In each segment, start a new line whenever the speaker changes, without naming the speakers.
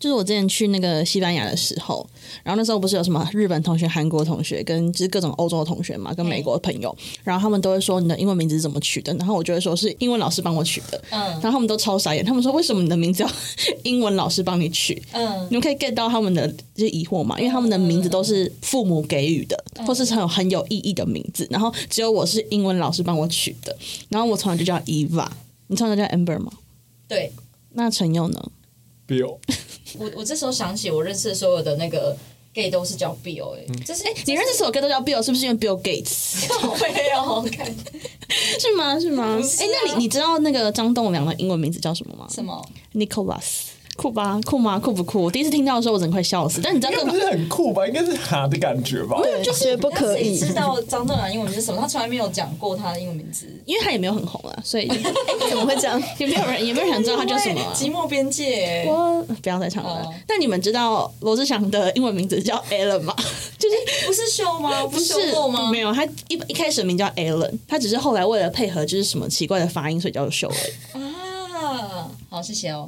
就是我之前去那个西班牙的时候，然后那时候不是有什么日本同学、韩国同学，跟就是各种欧洲的同学嘛，跟美国的朋友，然后他们都会说你的英文名字是怎么取的，然后我就会说是英文老师帮我取的，嗯，然后他们都超傻眼，他们说为什么你的名字要 英文老师帮你取？
嗯
你们可以 get 到他们的就是疑惑嘛，因为他们的名字都是父母给予的，或是很有很有意义的名字，然后只有我是英文老师帮我取的，然后我从小就叫 Eva，你从小叫 Amber 吗？
对
那陈佑呢？
Bill，
我我这时候想起我认识的所有的那个 gay 都是叫 Bill 哎、这是哎、
你认识所有歌都叫 Bill，是不是因为 Bill Gates？
没有看
是吗？是吗？哎、
是啊
那你你知道那个张栋梁的英文名字叫什么吗
什么？
？Nicholas，酷吧？酷吗？酷不酷？我第一次听到的时候，我整个快笑死。但你知道
应该
更
不是很酷吧？应该是哈的感觉吧？
对，绝不可
谁
以。
知道张栋梁英文名是什么？他从来没有讲过他的英文名字。
因为他也没有很红啊，所以
哎怎么会这样？
也没有人也没有人想知道他叫什么、啊
寂。寞边界、欸。
我不要再唱了
哦。
那、你们知道罗志祥的英文名字叫 Allen 吗？ 就是
不是秀吗？不
不是
秀过吗？
没有，他一一开始名叫 Allen，他只是后来为了配合就是什么奇怪的发音，所以叫秀而已。
啊，好，谢谢哦。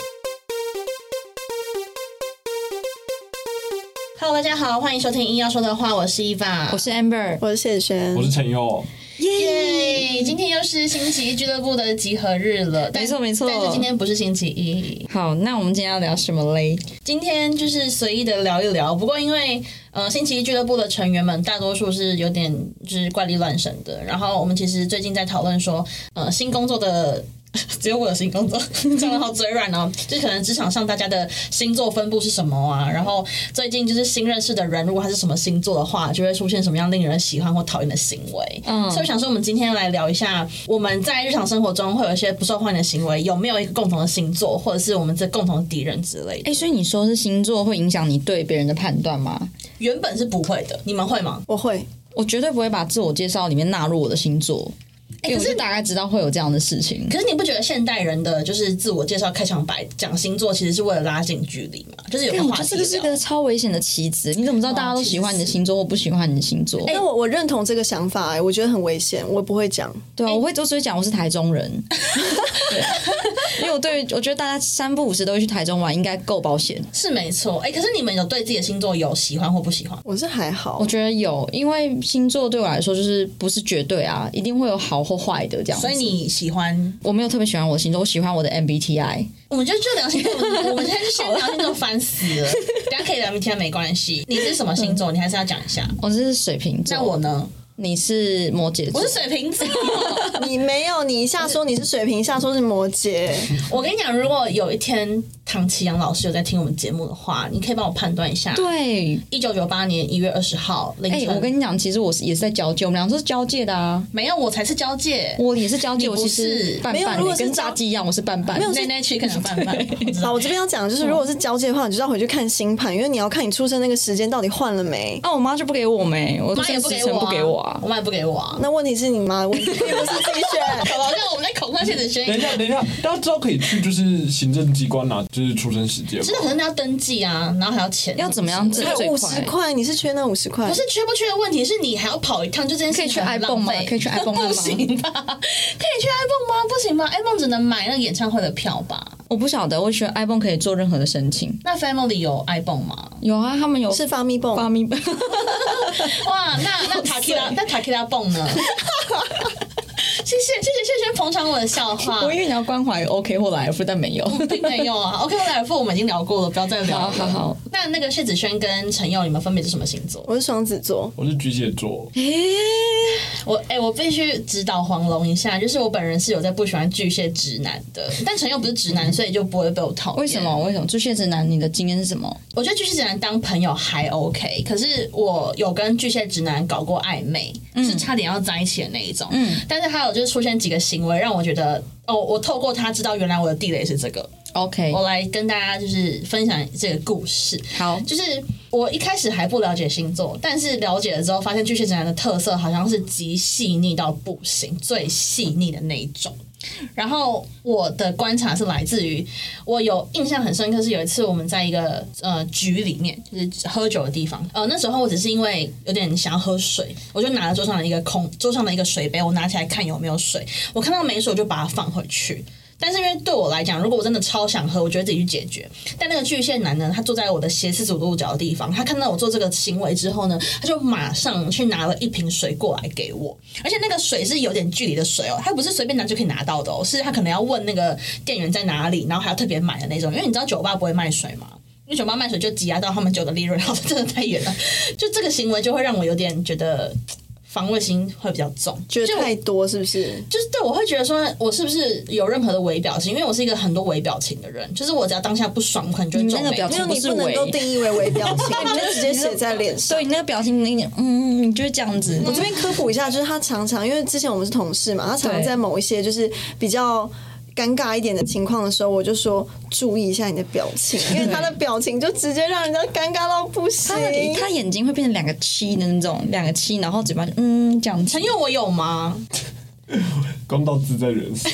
Hello，大家好，欢迎收听《硬要说的话》，我是伊娃，
我是 Amber，
我是谢轩
我，是陈佑，
耶！今天又是星期一俱乐部的集合日了，但
没错没错
但是今天不是星期一，
好，那我们今天要聊什么嘞？
今天就是随意的聊一聊。不过因为呃，星期一俱乐部的成员们大多数是有点就是怪力乱神的，然后我们其实最近在讨论说，呃，新工作的。 只有我有新工作，讲的好嘴软哦。就是可能职场上大家的星座分布是什么啊？然后最近就是新认识的人，如果他是什么星座的话，就会出现什么样令人喜欢或讨厌的行为。
嗯
所以我想说，我们今天来聊一下，我们在日常生活中会有一些不受欢迎的行为，有没有一个共同的星座，或者是我们这共同的敌人之类的？
哎、所以你说是星座会影响你对别人的判断吗？
原本是不会的，你们会吗？
我会。
我绝对不会把自我介绍里面纳入我的星座，因为我
可是
就大概知道会有这样的事情。
可是你不觉得现代人的就是自我介绍开场白讲星座，其实是为了拉近距离嘛？就是有个
我
话
觉得
题
这个是
聊。
个超危险的棋子，哦你怎么知道大家都喜欢你的星座或不喜欢你的星座？
但我我认同这个想法、哎，我觉得很危险，我不会讲。
对啊，我会我只会讲我是台中人， 对因为我对于我觉得大家三不五时都会去台中玩，应该够保险。
是没错，哎、可是你们有对自己的星座有喜欢或不喜欢？
我是还好，
我觉得有，因为星座对我来说就是不是绝对啊，一定会有好或坏的这样子。
所以你喜欢？
我没有特别喜欢我的星座，我喜欢我的 MBTI。
我们就就聊星座，我们现在就先聊星座，烦死 了。大家可以聊明天没关系。你是什么星座？你还是要讲一下。
我、这是水瓶座，
那我呢？
你是摩羯座，
我是水瓶座。
你没有，你一下说你是水瓶，一下说是摩羯，
我跟你讲，如果有一天唐奇阳老师有在听我们节目的话，你可以帮我判断一下。
对。
一九九八年一月二十号凌
哎、
晨，
我跟你讲，其实我是也是在交界，我们俩都是交界的啊。
没有，我才是交界。
我也是交界，
你
我
不
其
是
实半
没有
半
如
的，
果是
跟
交
炸鸡一样，我是半半。没
那那区可能办办，我知
好，
道
我这边要讲的
嗯
就是，如果是交界的话，你就是要回去看星盘，因为你要看你出生那个时间到底换了没。
啊，我妈就不给我没，我
我
出
妈也
生
不
时
给
辰
我、
不给我啊
我。妈也不给我、啊。
那问题是你妈的问题，并不是自己 选。
好像我们在恐吓谢子轩
等
一
一
样。
下，等一下，大家知道可以去就是行政机关拿就是出生时间吗
真？的可能要登记啊，然后还要钱，
要怎么样
是
最
不是
最
五十
快？
块，你是缺那五十块？
不是缺不缺的问题，是你还要跑一趟，就这件事
可以去
情很
iPhone
浪
吗
费。
可以去 iPhone 按吗
不行吧？可以去 iPhone 吗？不行吧？iPhone 只能买那个演唱会的票吧？
我不晓得，我觉得 iPhone 可以做任何的申请。
那 Family 有 iPhone 吗？
有啊，他们有
是发咪蹦，
发明，
哇，那那 Takira 那 Takira 蹦呢？ 谢谢谢谢谢谢捧场我的笑话
我。以为你要关怀 OK 或来福，但没有。
并没有啊，OK，我来复我们已经聊过了，不要再聊
好
了。
好好，
那那个谢子轩跟陈佑，你们分别是什么星座？
我是双子座，
我是巨蟹座，
我哎、我必须指导黄龙一下，就是我本人是有在不喜欢巨蟹直男的，但陈佑不是直男，所以就不会被我讨厌。
嗯为什？么？为什么？巨蟹直男，你的经验是什么？
我觉得巨蟹直男当朋友还 OK，可是我有跟巨蟹直男搞过暧昧，
嗯
是差点要在一起的那一种。嗯，但是还有就是出现几个行为让我觉得，哦，我透过他知道原来我的地雷是这个。
OK，
我来跟大家就是分享这个故事。
哦好
就是我一开始还不了解星座，但是了解了之后，发现巨蟹男的特色好像是极细腻到不行，最细腻的那一种。然后我的观察是来自于我有印象很深刻，是有一次我们在一个呃局里面，就是喝酒的地方。呃，那时候我只是因为有点想要喝水，我就拿了桌上的一个空桌上的一个水杯，我拿起来看有没有水。我看到没水，我就把它放回去。但是因为对我来讲，如果我真的超想喝，我觉得自己去解决。但那个巨蟹男呢，他坐在我的斜四十五度角的地方，他看到我做这个行为之后呢，他就马上去拿了一瓶水过来给我，而且那个水是有点距离的水哦，他不是随便拿就可以拿到的哦，是他可能要问那个店员在哪里，然后还要特别买的那种，因为你知道酒吧不会卖水嘛。因为酒吧卖水就挤压到他们酒的利润，然后真的太远了，就这个行为就会让我有点觉得防卫心会比较重，
觉
就
得太多是不是？
就是对我会觉得说，我是不是有任何的微表情？因为我是一个很多微表情的人，就是我只要当下不爽，我可能就会
你
皱
那个
眉
表
头
没
情
有，
不
你
是
不能
伪
够定义为微表 情，你就直接写在脸上。
对你那个表情，你嗯，你就是这样子。
我这边科普一下，就是他常常，因为之前我们是同事嘛，他常常
对
在某一些就是比较。尴尬一点的情况的时候，我就说注意一下你的表情，因为他的表情就直接让人家尴尬到不行
他。的他眼睛会变成两个七的那种，两个七，然后嘴巴就嗯这样子
陈。佑，我有吗？
公道自在人心。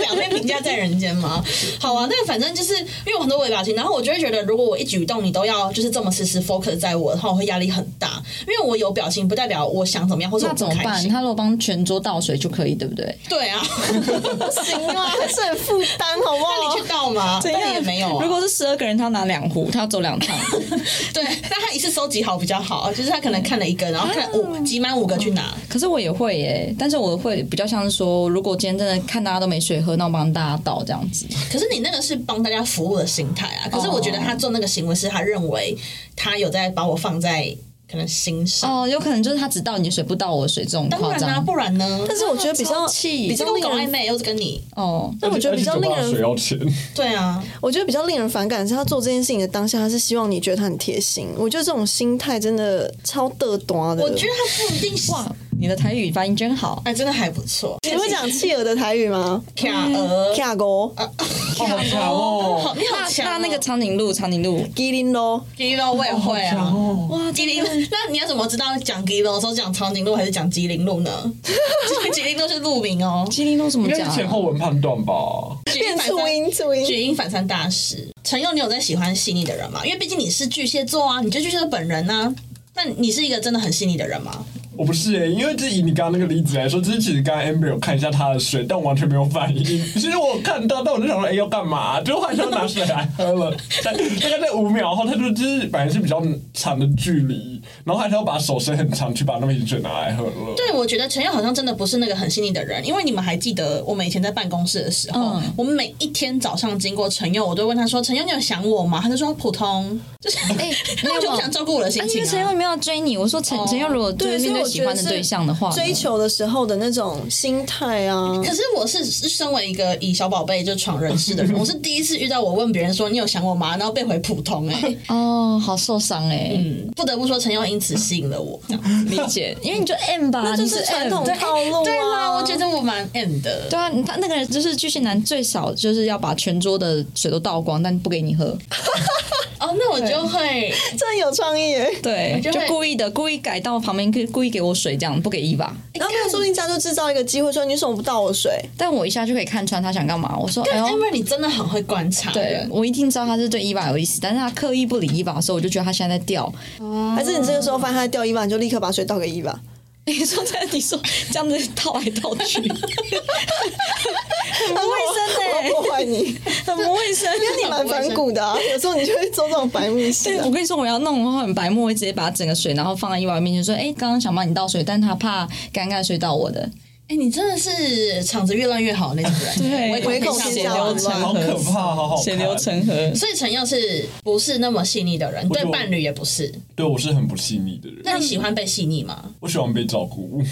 两面评价在人间吗？好啊，那反正就是因为有很多微表情，然后我就会觉得，如果我一举一动你都要就是这么时时 focus 在我的话，我会压力很大。因为我有表情，不代表我想怎么样或者
那
我
怎
不
么
开
办？
心。
他如果帮全桌倒水就可以，对不对？
对啊，
不行啊，还是很负担，好不
那
好
你？去倒吗？但也没有啊。
如果是十二个人，他要拿两壶，他要走两趟。
对，但他一次收集好比较好，就是他可能看了一个，然后
啊
看五集满五个去拿。
可是我也会耶、但是我会比较像是说，如果今天真的看大家都没水喝，那我帮大家倒这样子。
可是你那个是帮大家服务的心态啊。可是我觉
哦
得他做那个行为是他认为他有在把我放在可能心上。
哦，有可能就是他只倒你的水，不倒我的水，这种
当
夸
然啦、啊
张。
不然呢？
但是我觉得比较
超气
比
你
较
跟我
令
搞暧
人，
昧又是跟你，
哦，
但我觉得比较令
而且酒吧的水
人，
要钱，
对啊，
我觉得比较令人反感的是他做这件事情的当下，他是希望你觉得他很贴心。我觉得这种心态真的超得多的。
我觉得他不一定是。
哇，你的台语发音真好。
哎，真的还不错。
你会讲企鹅的台语吗？
卡
嗯
鹅，
卡狗
好强
好，
哦！
你好强哦、
那那个长颈鹿，长颈鹿，
吉林咯，
吉隆我也会啊。
哦
哦
哇，
吉
真
林
的，
那你要怎么知道讲吉隆的时候讲长颈鹿还是讲吉林鹿呢？ 因为吉林鹿是鹿名哦。
麒麟鹿怎么
应该
讲
是
啊？
前后文判断吧。
举一
变
反三
促音促音。
举一反三大师，陈佑，你有在喜欢细腻的人吗？因为毕竟你是巨蟹座啊，你就巨蟹座本人呐、啊。那你是一个真的很细腻的人吗？
我不是、欸，因为这以你刚刚那个例子来说，就是其实刚刚 Amber 有看一下他的水，但我完全没有反应。 其实我有看到，但我就想说，哎、要干嘛？就还是要拿水来喝了。但大概在五秒后，他就就是本来是比较长的距离，然后还是要把手伸很长去把那瓶水拿来喝了。
对，我觉得陈佑好像真的不是那个很细腻的人，因为你们还记得我们以前在办公室的时候，
嗯
我们每一天早上经过陈佑，我都会问他说：“陈佑，你有想我吗？”他就说：“普通。”就是
哎，没
他就
有
不想照顾我的心
而
情
且陈
啊。
佑没有追你，我说陈陈佑如果就是
哦对，所
面
以
对
我
喜
觉得
欢的
是
对象的话呢，
追求的时候的那种心态啊。
可是我是是身为一个以小宝贝就闯人事的人，我是第一次遇到我问别人说你有想我吗，然后被回普通 哎、
哦，好受伤哎，
嗯，不得不说陈佑因此吸引了我。这样
理解，因为你就 M 吧，
那就
你
是
M，
传统
对
套路啊
对啦，我觉得我蛮 M 的。
对啊，他那个人就是巨蟹男，最少就是要把全桌的水都倒光，但不给你喝。
啊
哦，那我就会，
真有创意耶！
对，
就
就
会
故意的，故意改到旁边，故意给我水这样，不给伊娃。
然后他说不定这样就制造一个机会，说你为什么不倒我水？
但我一下就可以看穿他想干嘛。我说，哎
但
呦，
Amber 你真的很会观察
对
人。
我一定知道他是对伊娃有意思，但是他刻意不理伊娃的时候，我就觉得他现在在掉。
还是你这个时候发现他在掉一把，你就立刻把水倒给一把？
你说在，你说这样子倒来倒 去，很不卫生哎、
我破坏你，
很不卫 生。
因为你蛮反骨的啊。有时候你就会做这种白目事
对，
啊
我。跟你说，我要弄的话很白目，我会直接把整个水，然后放在伊娃面前说：“哎、刚刚想帮你倒水，但他怕尴尬水倒我的。
哎，你真的是场子越乱越好的那种人。
对
唯恐
天
天
下
下
乱
乱
好
好
可怕，好好看
血流成河。
所以陈佑是不是那么细腻的人？
我就
对伴侣也不是。
对，我是很不细腻的人。
那你喜欢被细腻吗？
我喜欢被照顾。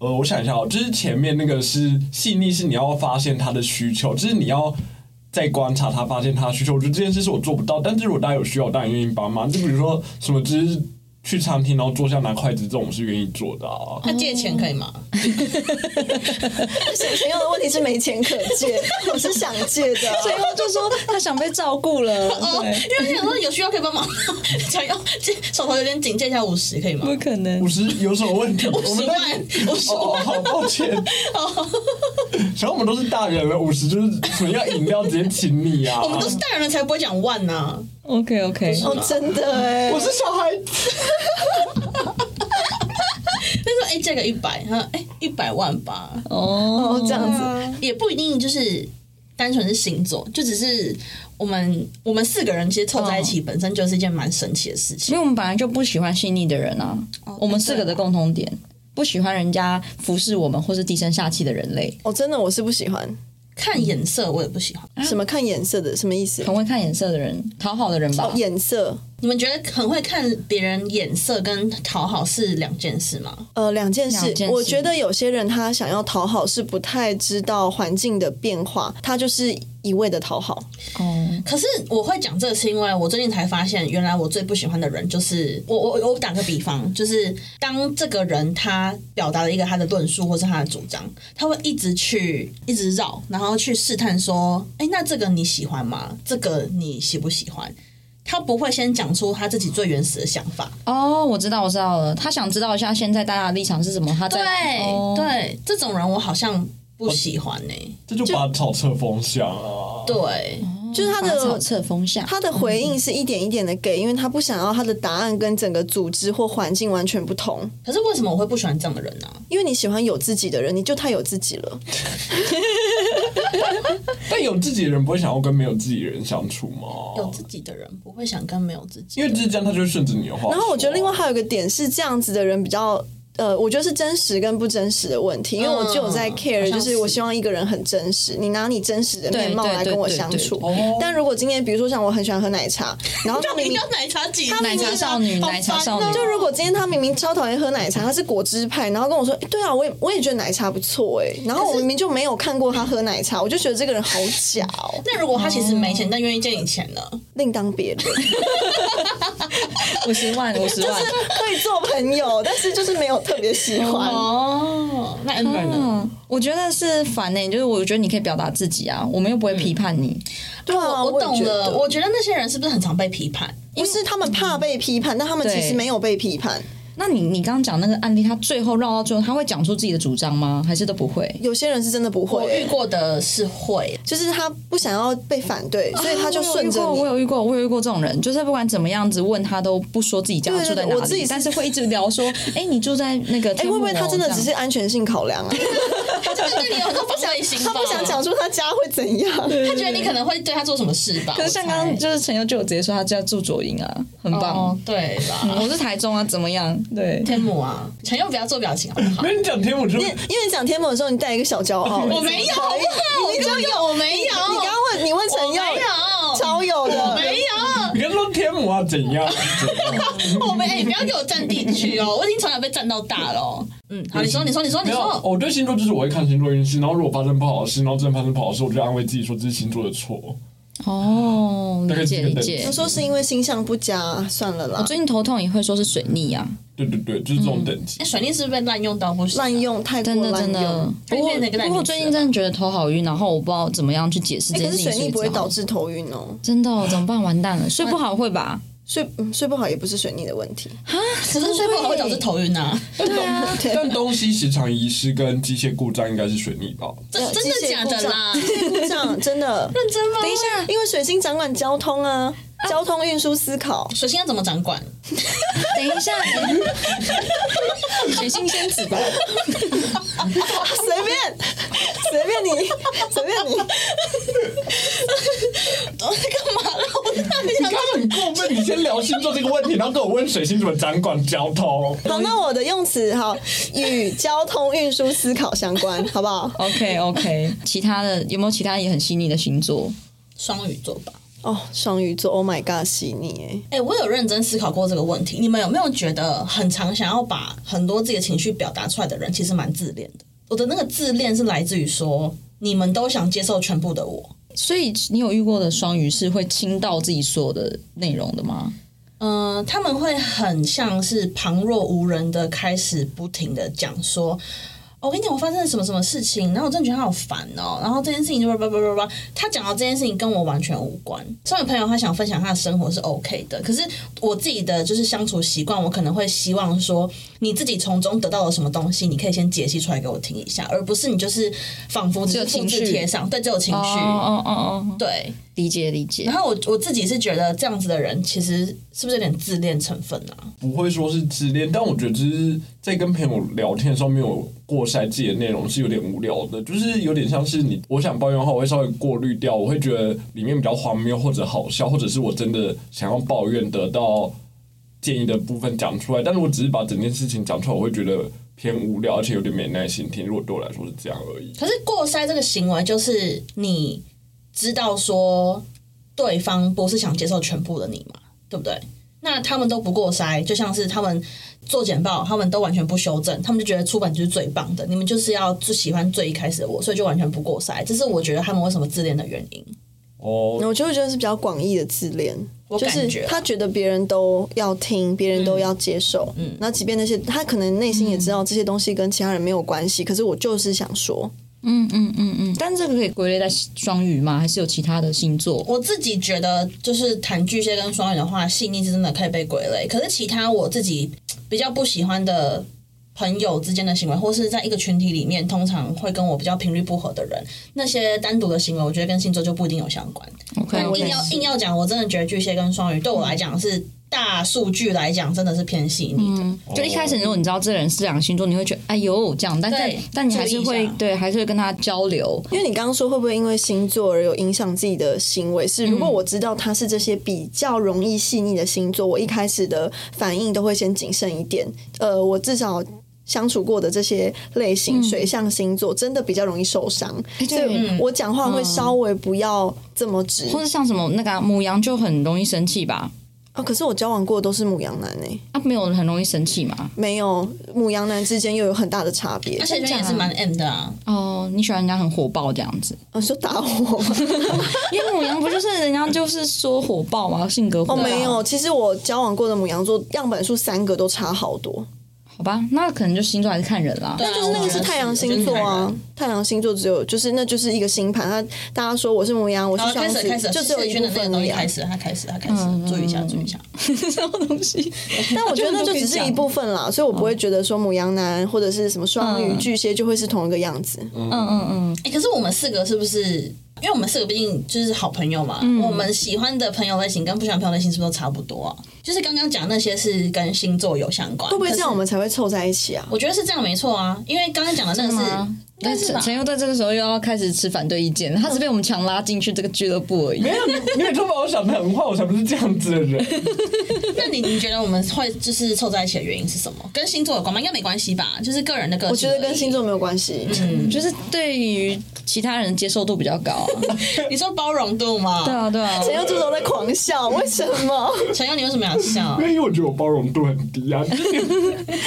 呃，我想一下哦，就是前面那个是细腻，是你要发现他的需求，就是你要在观察他，发现他的需求。我觉得这件事是我做不到，但是如果大家有需要，我当然愿意帮忙。就比如说什么，就是去餐厅然后坐下拿筷子这种，我是愿意做 的啊。
那借钱可以吗？
沈沈佑的问题是没钱可借，我是想借的啊。
所以我就说他想被照顾了，
哦，
对，
因为我想说有需要可以帮忙。 陈佑借手头有点紧，借一下五十可以吗？
不可能
五。十有什么问题？我
五十
们那
万，五十
哦，
万。
好抱歉，然后我们都是大人了，五十就是什么要饮料直接请你啊。
我们都是大人了才不会讲万啊呐。
OK OK，
哦，真的哎
我，是小孩子，
他说：“哎，借个一百。”他说：“哎，一百万吧。”
哦
哦，这样子。
也不一定就是单纯是星座，就只是我们我们四个人其实凑在一起，本身就是一件蛮神奇的事
因
情。
为我们本来就不喜欢细腻的人啊，我们四个的共同点。不喜欢人家服侍我们或是低声下气的人类，
哦，真的我是不喜欢
看眼色我也不喜欢。
什么看眼色的，什么意思？
很会看眼色的人，讨好的人吧
哦，。眼色，
你们觉得很会看别人眼色跟讨好是两件事吗？
呃，两件事
两件，事
我觉得有些人他想要讨好是不太知道环境的变化，他就是一味的讨好。
哦，
可是我会讲这是因为我最近才发现，原来我最不喜欢的人就是我我我打个比方，就是当这个人他表达了一个他的论述或是他的主张，他会一直去一直绕，然后去试探说，哎、那这个你喜欢吗？这个你喜不喜欢？他不会先讲出他自己最原始的想法，
哦，我知道，我知道了。他想知道一下现在大家的立场是什么，他在哦
对，这种人我好像不喜欢呢、
这就把草册封下啊。
对，
就是他的
拔草测风向，
他的回应是一点一点的给，因为他不想要他的答案跟整个组织或环境完全不同。
可是为什么我会不喜欢这样的人呢、
因为你喜欢有自己的人，你就太有自己了。
但有自己的人不会想要跟没有自己的人相处吗？
有自己的人不会想跟没有自己的
因
人，
为就是这样，他就会顺着你的话说啊。
然后我觉得另外还有一个点是，这样子的人比较。呃，我觉得是真实跟不真实的问题，因为我就有在
嗯
care，、
好像
就是我
是
希望一个人很真实，你拿你真实的
对
面貌
对
来
对
跟我
对
相
对
处
对哦。
但如果今天，比如说像我很喜欢喝奶茶，然
哦
后他明
你
明
叫奶茶啊姐，
奶茶少女奶茶少
哦
女
就如果今天他明明超讨厌喝奶茶，他是果汁派，然后跟我说，欸对啊，我也我也觉得奶茶不错哎、然后我明明就没有看过他喝奶茶，我就觉得这个人好假哦，
那如果他其实没钱，但愿意借你钱呢？
另当别论，
五十万，五十万。
可以做朋友，但是就是没有特别喜欢。
哦，那 amber 呢？
嗯，我觉得是烦呢、就是我觉得你可以表达自己啊，我们又不会批判你。
对
嗯
啊，
哦我
也
懂
觉
了，
得
我觉得那些人是不是很常被批判？
不是他们怕被批判，但他们其实
对
没有被批判。
那你你刚刚讲那个案例，他最后绕到最后，他会讲出自己的主张吗？还是都不会？
有些人是真的不
我
会、欸
遇过的是会，
就是他不想要被反对，所以他就
哦
啊
顺着
我
你。
有遇过，我有遇过，我有遇过这种人，就是不管怎么样子问他都不说自己家
对对
住在哪
对
里，
我自己是
但是会 一直聊说，哎、你住在那个
哎、
天
会
母哦、
不会他真的只是安全性考量 啊？
他就是对你有很多防卫心吧
他不想讲，出他家会怎样？
他觉得你可能会对他做什么事吧？
这样？可是像刚
我
刚
猜
就是陈友就有直接说他家住左营啊，很棒。
哦，对啦，
嗯我是台中啊，怎么样？对，
天母啊，陈佑不要做表情好不好
没？有你讲天母之后
因为因为你讲天母的时候，你带一个小骄傲。
我没有，好不好？我就有，我没有，
你刚刚问你问陈
我
佑，
没有，
超有
我
的，
没有。
你跟他说天母啊怎样？ 怎样
我们哎、不要给我占地区哦，我已经从小被占到大了哦、嗯，好，你说，你说，你说，你
没有，
哦
说，
我对星座就是我会看星座运势，然后如果发生不好的事，然后真的发生不好的事，我就安慰自己说这是星座的错。
哦，
大概
理
是
解
这个
理
等级
解
我。说是因为星象不佳，算了
我
啦，
哦最近头痛也会说是水逆啊，
对对对，就是这种等级
哎、。水逆是不是被滥用到不行？
滥用太过
真的
滥
真的
用。。
它就
不过
变成一个烂
不过
名
最
词
近
了
真的觉得头好晕，然后我不知道怎么样去解释这
哎，
件
可
事
是
情。
水逆不
所以
会
只好
导致头晕哦，
真的哦怎么办？完蛋了，睡不好会吧？
睡嗯睡不好也不是水逆的问题。
啊可是睡不好会导致头晕啊，
对啊，
嗯
但东西时常遗失跟机械故障应该是水逆吧？
这真的假的啦？ 啊
机械故障真的，
认真吗？
等一下，
因为水星掌管交 通啊，交通运输思考。
水星要怎么掌管？
等一下，水星仙子吧。
随便，随便你，随便你。
干嘛啦？我真的很
你
想
刚刚很过分，你先聊星座这个问题，然后跟我问水星怎么掌管交通。
好，那我的用词好与交通运输思考相关，好不好？
OK OK，其他的有没有其他也很细腻的星座？
双鱼座吧。
哦，双鱼座，Oh my God，悉尼哎。
哎、我有认真思考过这个问题。你们有没有觉得，很常想要把很多自己的情绪表达出来的人，其实蛮自恋的？我的那个自恋是来自于说，你们都想接受全部的我。
所以你有遇过的双鱼是会倾倒自己所有的内容的吗？
嗯、他们会很像是旁若无人的开始不停的讲说。哦我跟你讲，我发生了什么什么事情，然后我真的觉得他好烦哦。然后这件事情就叭叭叭叭叭，他讲到这件事情跟我完全无关。身为朋友，他想分享他的生活是 OK 的，可是我自己的就是相处习惯，我可能会希望说，你自己从中得到了什么东西，你可以先解析出来给我听一下，而不是你就是仿佛只
只有
是复
情
制
绪
贴上，对，只有情绪。
哦哦哦哦，
对，
理解理解
然。后我我自己是觉得这样子的人，其实是不是有点自恋成分啊？
不会说是自恋，但我觉得只是在跟朋友聊天的时候没有过筛自己的内容是有点无聊的，就是有点像是你我想抱怨的话，我会稍微过滤掉，我会觉得里面比较荒谬或者好笑，或者是我真的想要抱怨得到建议的部分讲出来。但是我只是把整件事情讲出来，我会觉得偏无聊，而且有点没耐心听。如果对我来说是这样而已。
可是过筛这个行为，就是你知道说对方不是想接受全部的你嘛，对不对？那他们都不过筛，就像是他们做简报，他们都完全不修正，他们就觉得出版就是最棒的，你们就是要最喜欢最一开始的我，所以就完全不过筛。这是我觉得他们为什么自恋的原因。
哦，
我就会觉得是比较广义的自恋，
我
就
感觉啊
是他觉得别人都要听，别人都要接受，嗯，那即便那些他可能内心也知道这些东西跟其他人没有关系，可是我就是想说，
嗯嗯嗯嗯，但这个可以归类在双鱼吗？还是有其他的星座？
我自己觉得，就是谈巨蟹跟双鱼的话，细腻是真的可以被归类。可是其他我自己比较不喜欢的朋友之间的行为，或是在一个群体里面，通常会跟我比较频率不合的人，那些单独的行为，我觉得跟星座就不一定有相关。
OK，
硬要硬要讲，我真的觉得巨蟹跟双鱼对我来讲是大数据来讲，真的是偏细腻
嗯
的。
嗯就一开始如果你知道这个人是两个星座，你会觉得哎呦这样，但
对
是但你还是
注意一
会
下
对，还是会跟他交流。
因为你刚刚说会不会因为星座而有影响自己的行为？是如
嗯
果我知道他是这些比较容易细腻的星座，我一开始的反应都会先谨慎一点。呃，我至少。相处过的这些类
嗯
型，水象星座真的比较容易受伤，
哎
所以我讲话会稍微不要这么直。
嗯或者像什么那个啊母羊就很容易生气吧？
啊，可是我交往过的都是母羊男诶、欸
啊，没有人很容易生气嘛？
没有母羊男之间又有很大的差
哎
别
而。且人也是蛮 M 的啊，
哦，你喜欢人家很火爆这样子，
啊，说打我吗？
因为母羊不就是人家就是说火爆嘛，性格火
哦，
爆。
没有，其实我交往过的母羊座样本数三个都差好多。
好吧，那可能就星座还是看人啦。
对啊
就是那个是太阳星座啊，，太阳星座只有就是那就是一个星盘，它大家说我是母羊，我
我
是
觉得
双
是
子
看人然后开始开，始
就只有
视
一
觉
部
的那个
分
东
而
西
已
开
啊。嗯
始，他开始，他开始，注意一下，注意一下。
什么东西？
但
啊
我觉得那就只是一部
分。
嗯
分啦，所以我不会觉得说母羊男或者是什么双鱼、
嗯
巨蟹就会是同一个样子。
嗯嗯嗯，
欸，可是我们四个是不是？因为我们四个毕竟就是好朋友嘛，
嗯
我们喜欢的朋友类型跟不喜欢的朋友类型是不是都差不多啊？就是刚刚讲那些是跟星座有相关，
会不会这样我
可是
们才会凑在一起啊？
我觉得是这样没错啊，因为刚刚讲的那个
是
是
吗。？
但
嗯啊但
是
是
吧嗯
陈佑在这个时候又要开始持反对意见，他只被我们强拉进去这个俱乐部而已。
没有，你你每次把我想的很坏，我才不是这样子的人。
那你你觉得我们会就是凑在一起的原因是什么？跟星座有关吗？应该没关系吧，就是嗯个人的个性。
我觉得跟星，座没有关系。
就是对于其他人接受度比较高啊。
你说包容度吗？
对， 啊，对啊。
谁又这时候在狂笑？为什 么？
陈佑，你为什么要 笑啊
因？为我觉得我包容度很低啊，就是你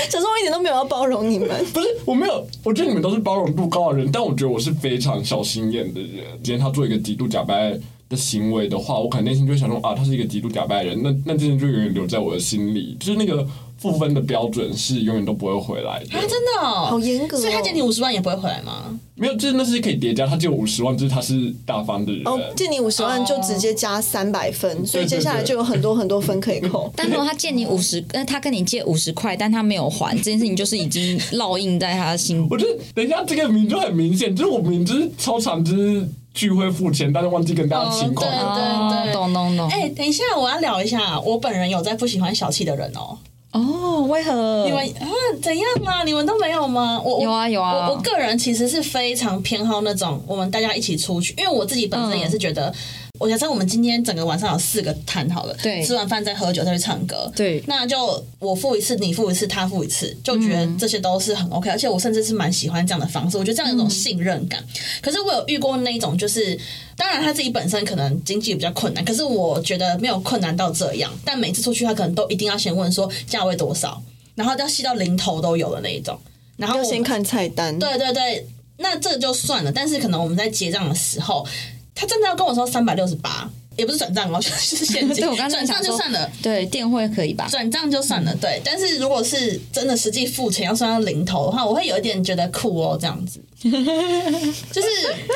小时候我一点都没有要包容你们。
不是我没有，我觉得你们都是包容度高的人，但我觉得我是非常小心眼的人。今天他做一个极度假掰的行为的话，我可能内心就会想说啊，他是一个极度假掰的人，那那这件事就永远留在我的心里，就是那个负分的标准是永远都不会回来的
啊，。真的哦，
好严格哦
所以他借你五十万也不会回来吗？
没有，就是那是可以叠加，他只有五十万，就是他是大方的人。
哦，借你五十万就直接加三百
哦
分，所以接下来就有很多很多分可以扣。
但如果他借你五十，呃，他跟你借五十块，但他没有还，这件事情就是已经烙印在他 的心
我。觉得等一下这个名就很明显，就是我明知超常就是聚会付钱，但是忘记跟大家情况。
哦对对对
懂懂懂。
哎、等一下，我要聊一下，我本人有在不喜欢小气的人哦。
哦，为何
你们啊，怎样啦？你们都没有吗？我我
有啊有啊
我我个人其实是非常偏好那种我们大家一起出去，因为我自己本身也是觉得，
嗯
我假设我们今天整个晚上有四个摊好了，
对
吃完饭再喝酒再去唱歌，
对
那就我付一次，你付一次，他付一次，就觉得这些都是很
嗯
OK，、而且我甚至是蛮喜欢这样的方式，我觉得这样有一种信任感。
嗯
可是我有遇过那一种，就是当然他自己本身可能经济比较困难，可是我觉得没有困难到这样，但每次出去他可能都一定要先问说价位多少，然后要细到零头都有的那一种，然后
要
我
先看菜单，
对对对，那这就算了。但是可能我们在结账的时候，他真的要跟我说三百六十八，也不是转账哦，就是现金。
对我刚刚
转账
正想
就
说
算了，
对电汇可以吧？
转账就算了。对，但是如果是真的实际付钱要算到零头的话，我会有一点觉得酷哦，这样子。就是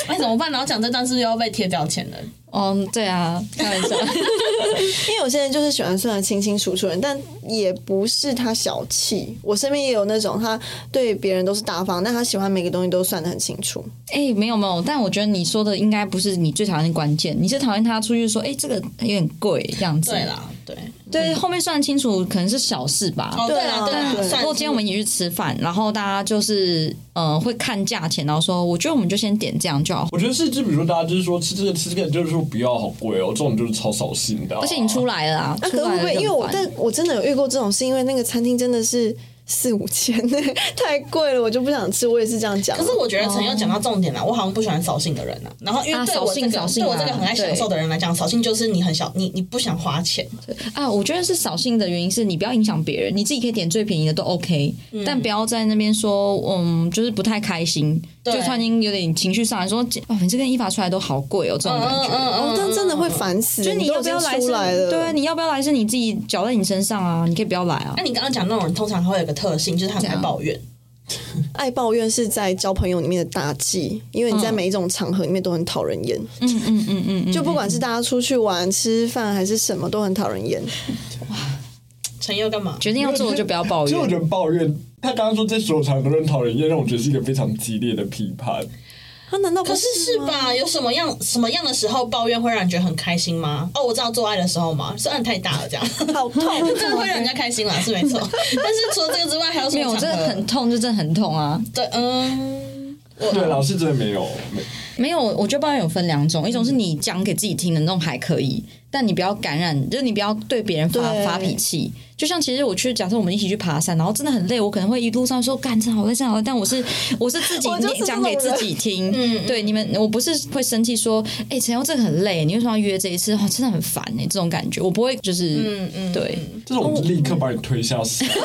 哎、怎么办？然后讲这段是不是又要被贴标签了？
嗯，对啊，开玩笑，
因为有些人就是喜欢算的清清楚楚的人，但也不是他小气。我身边也有那种他对别人都是大方，但他喜欢每个东西都算的很清楚。
哎、没有没有，但我觉得你说的应该不是你最讨厌的关键，你是讨厌他出去说，哎、这个有点贵这样子。
对，啦，对，
对，嗯后面算清楚可能是小事吧。
哦
对
啦
啊
对啦，
对
算
如果今天我们一起去吃饭，然后大家就是呃会看价钱，然后说我觉得我们就先点这样就好。
我觉得是，就比如说大家就是说吃这个吃这个，就是说不要好贵哦，这种就是超扫兴的啊、
而且你出来了啊，
那
出
可是
来
会
了
不会？
就
因为
很
我
烦
但我真的有遇过这种事，因为那个餐厅真的是四五千、 欸，太贵了，我就不想吃。我也是这样讲啊。
可是我觉得陈佑讲到重点了，我好像不喜欢扫兴的人啊。然后因为
啊
对
扫
我这
兴
个、
扫兴
对
啊
我这个很爱享受的人来讲，扫兴就是你很小，你你不想花钱，
啊，我觉得是扫兴的原因是你不要影响别人，你自己可以点最便宜的都 OK，、但不要在那边说，嗯，就是不太开心，就
对
突然间有点情绪上来说，哦，你这件衣服出来都好贵哦，这种感觉。
哦，但真的
嗯
会烦死。
就
你
要
都已
不
经
要来
出
是
来了？
对啊，你要不要来是你自己搅在你身上啊，你可以不要来啊
那。你刚刚讲那种人，通常会有一个特性，就是他很爱抱怨。
爱抱怨是在交朋友里面的大忌，因为你在每一种场合里面都很讨人厌。
嗯嗯嗯嗯嗯，
就不管是大家出去玩、吃饭还是什么，都很讨人厌。
陈佑干嘛？
决定要做的就不要抱
其实我
怨。
觉得抱怨，他刚刚说这所有场合都很讨人厌，让我觉得是一个非常激烈的批判。
他、啊难道不
可是是
吗？
吧？有什么样什么样的时候抱怨会让你觉得很开心吗？哦，我知道做爱的时候嘛，虽然太大了这 样，
好痛！
真的会让人家开心啦，是没错。但是除了这个之外，还有什
没
么
有，
场合？
真的很痛，就真的很痛啊！
对，嗯，我
对，啊老师真的没有，没
没有，我觉得抱怨有分两种，一种是你讲给自己听的那种还可以，但你不要感染，就是你不要对别人发
对
发脾气。就像其实我去，假设我们一起去爬山，然后真的很累，我可能会一路上说干真好累，真好累，但我是 我是自己
我就是这种嗯
讲给自己听，对你们，我不是会生气说，哎、陈瑶这个很累，你为什么要约这一次？哦、真的很烦哎、这种感觉，我不会就是，嗯嗯，对，
这种立刻把你推下山。对，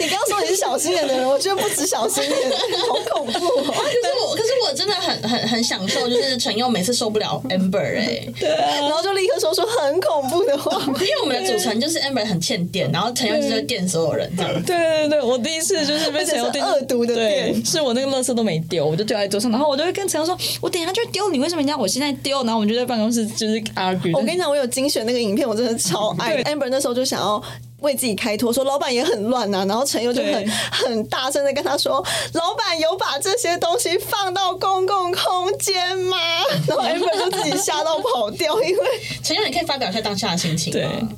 你刚刚说你是小心眼的人，我觉得不止小心 眼，好恐怖哦！
可是我，可是我真的很很很享受，就是陈佑每次受不了 Amber 哎、
然后就立刻说出很恐怖的 话。
因为我们的组成就是 Amber 很欠电，然后陈佑就是在电所有人这样。
对 对对，我第一次就是被陈友
而且是恶毒的
对，
电
是我那个垃圾都没丢，我就丢在桌上，然后我就会跟陈友说，我等一下就丢，你为什么你要我现在丢？然后我们就在办公室就是啊 argue，
我跟你讲，我有精选那个影片，我真的超爱。Amber 那时候就想要。为自己开脱，说老板也很乱呐、啊然后陈佑就
对
很很大声的跟他说：“老板有把这些东西放到公共空间吗？” 然后 Amber 就自己吓到跑掉，因为
陈佑，你可以发表一下当下的心情
对
吗？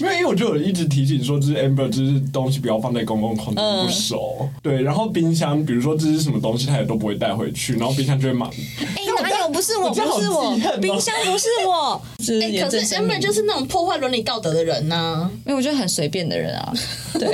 没有，因为我就有一直提醒说，就是 Amber，就是东西不要放在公共空间，不熟。对，然后冰箱，比如说这是什么东西，他也都不会带回去，然后冰箱就会满。
哎、 哪有不是我，
我真的
不是我
好记恨哦，
冰箱不是 我，就是
哎、
严
可
正
是
声明
Amber 就是那种破坏伦理道德的人呐、
因为我觉得很随便的人 啊，对，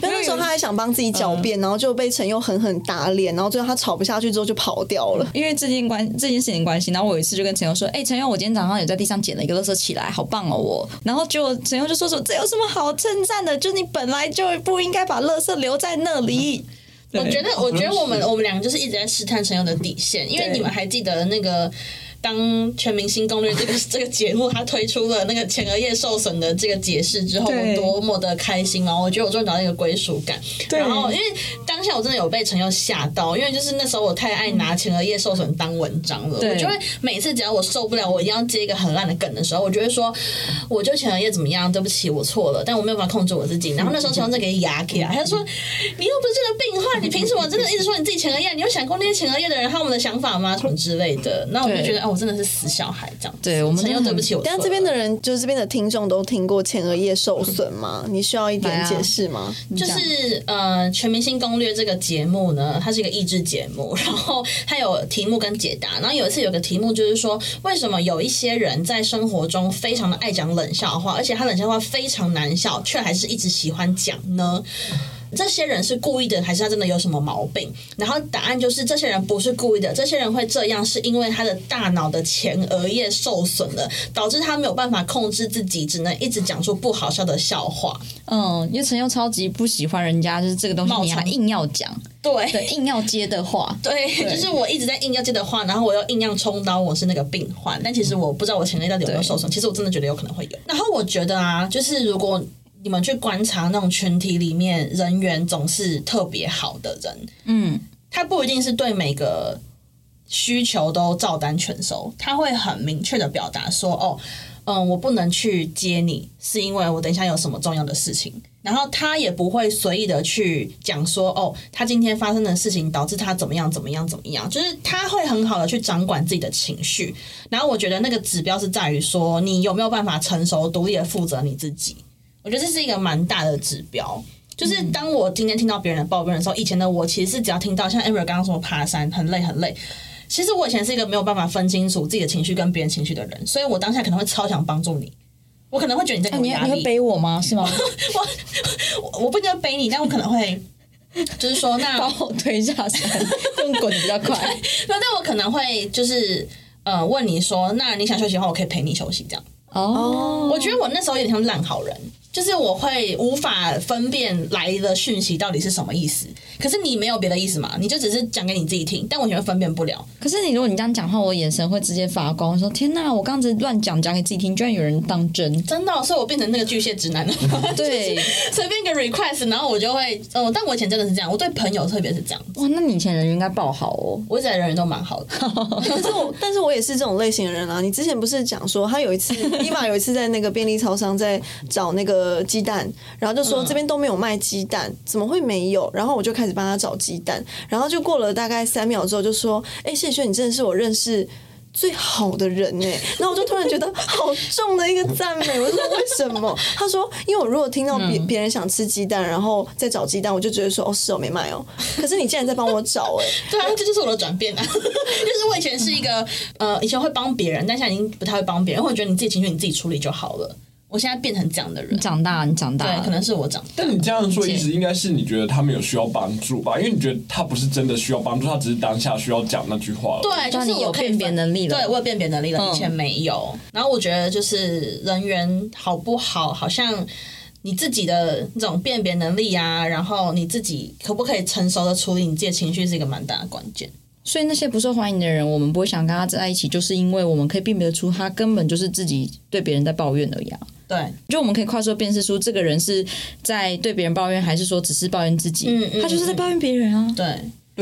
那时候他还想帮自己狡
嗯
辩，然后就被陈佑狠狠打脸，然后最后他吵不下去之后就跑掉了。
因为这件关这件事情的关系，然后我有一次就跟陈友说，哎、陈友，我今天早上有在地上捡了一个垃圾起来，好棒哦我。然后结果陈友就说说，这有什么好称赞的？就你本来就不应该把垃圾留在那里。
我觉得，我觉得
是
我们我们两个就是一直在试探陈佑的底线，因为
嗯对
你们还记得那个。当《全明星攻略》 这个这个节目，它推出了那个前额叶受损的这个解释之后，
对
我多么的开心然后我觉得我终于找到一个归属感。
对
然后，因为当下我真的有被陈佑吓到，因为就是那时候我太爱拿前额叶受损当文章了。
对
我就会每次只要我受不了，我一定要接一个很烂的梗的时候，我就会说，我就前额叶怎么样，对不起，我错了，但我没有办法控制我自己。然后那时候陈佑正给牙起来，他就说， 你又不是这个病患，你凭什么真的一直说你自己前额叶？你有想过那些前额叶的人他们的想法吗？什么之类的？那我就觉得，哦，我真的是死小孩这样子。
对我们
陈佑
真的
对
很
不起我错
等
了。
下这边的人，就是这边的听众都听过前额叶受损吗？你需要一
来
点
啊
解释吗？
就是呃，《全明星攻略》这个节目呢，它是一个益智节目， 然后它有题目跟解答。然后有一次有个题目就是说，为什么有一些人在生活中非常的爱讲冷笑话，而且他冷笑话非常难笑，却还是一直喜欢讲呢？这些人是故意的，还是他真的有什么毛病？然后答案就是，这些人不是故意的，这些人会这样是因为他的大脑的前额叶受损了，导致他没有办法控制自己，只能一直讲出不好笑的笑话。
嗯，因为陈佑超级不喜欢人家，就是这个东西
冒
你还
充
硬要讲，
对，
对，硬要接的话，
对，就是我一直在硬要接的话，然后我又硬要充当我是那个病患，但其实我不知道我前额到底有没有受伤。其实我真的觉得有可能会有。然后我觉得啊，就是如果你们去观察那种群体里面人缘总是特别好的人，
嗯，
他不一定是对每个需求都照单全收，他会很明确的表达说，哦，嗯，我不能去接你，是因为我等一下有什么重要的事情。然后他也不会随意的去讲说，哦，他今天发生的事情导致他怎么样怎么样怎么样，就是他会很好的去掌管自己的情绪。然后我觉得那个指标是在于说，你有没有办法成熟独立的负责你自己。我觉得这是一个蛮大的指标。就是
嗯
当我今天听到别人的抱怨的时候，以前的我其实是只要听到像 Amber 刚刚说爬山很累很累，其实我以前是一个没有办法分清楚自己的情绪跟别人情绪的人，所以我当下可能会超想帮助你，我可能会觉得你在给我
哦你
压
你
力，
会背我吗？是 吗？
我我不一定会背你，但我可能 会就是说那
把我推下山，用滚比较 快。
那但我可能会就是呃问你说，那你想休息的话，我可以陪你休息这样。
哦，
我觉得我那时候有点像烂好人，就是我会无法分辨来的讯息到底是什么意思。可是你没有别的意思嘛，你就只是讲给你自己听，但我全分辨不了。
可是你如果你这样讲话，我眼神会直接发光，我说天哪，我刚才乱讲讲给自己听，居然有人当真。
真的哦、所以我变成那个巨蟹直 男了。
对，
随便一个 request，然后我就会，哦，但我以前真的是这样，我对朋友特别是这样子，
哇，那你以前人缘应该爆好哦。
我一直以来人人都蛮好 的。
可是我，但是我也是这种类型的人啊。你之前不是讲说，他有一次伊娃有一次在那个便利超商在找那个鸡蛋，然后就说这边都没有卖鸡蛋，怎么会没有？然后我就开始帮他找鸡蛋，然后就过了大概三秒之后就说：“哎、谢轩，你真的是我认识。”最好的人呢、然后我就突然觉得好重的一个赞美，我就说为什么？他说，因为我如果听到别别人想吃鸡蛋，然后再找鸡蛋，我就觉得说哦是哦没卖哦，可是你竟然在帮我找哎、
对啊，这就是我的转变啊！ 就是我以前是一个呃，以前会帮别人，但现在已经不太会帮别人，或者觉得你自己情绪你自己处理就好了。我现在变成这样的人
你，长大，你长大
对，
了，
可能是我长大。
但你这样说，意思应该是你觉得他们有需要帮助吧？因为你觉得他不是真的需要帮助，他只是当下需要讲那句话。，
对，就
就是是
我
嗯有
可以分
辨别能力了
对，我有辨别能力了，
嗯
以前没有。然后我觉得就是人缘好不好，好像你自己的那种辨别能力啊，然后你自己可不可以成熟的处理你自己的情绪，是一个蛮大的关键。
所以那些不受欢迎的人，我们不会想跟他在一起，就是因为我们可以辨别出他根本就是自己对别人在抱怨而已啊。
对，
就我们可以快速地辨识出这个人是在对别人抱怨，还是说只是抱怨自己。
嗯嗯
他就是在抱怨别人啊。
对，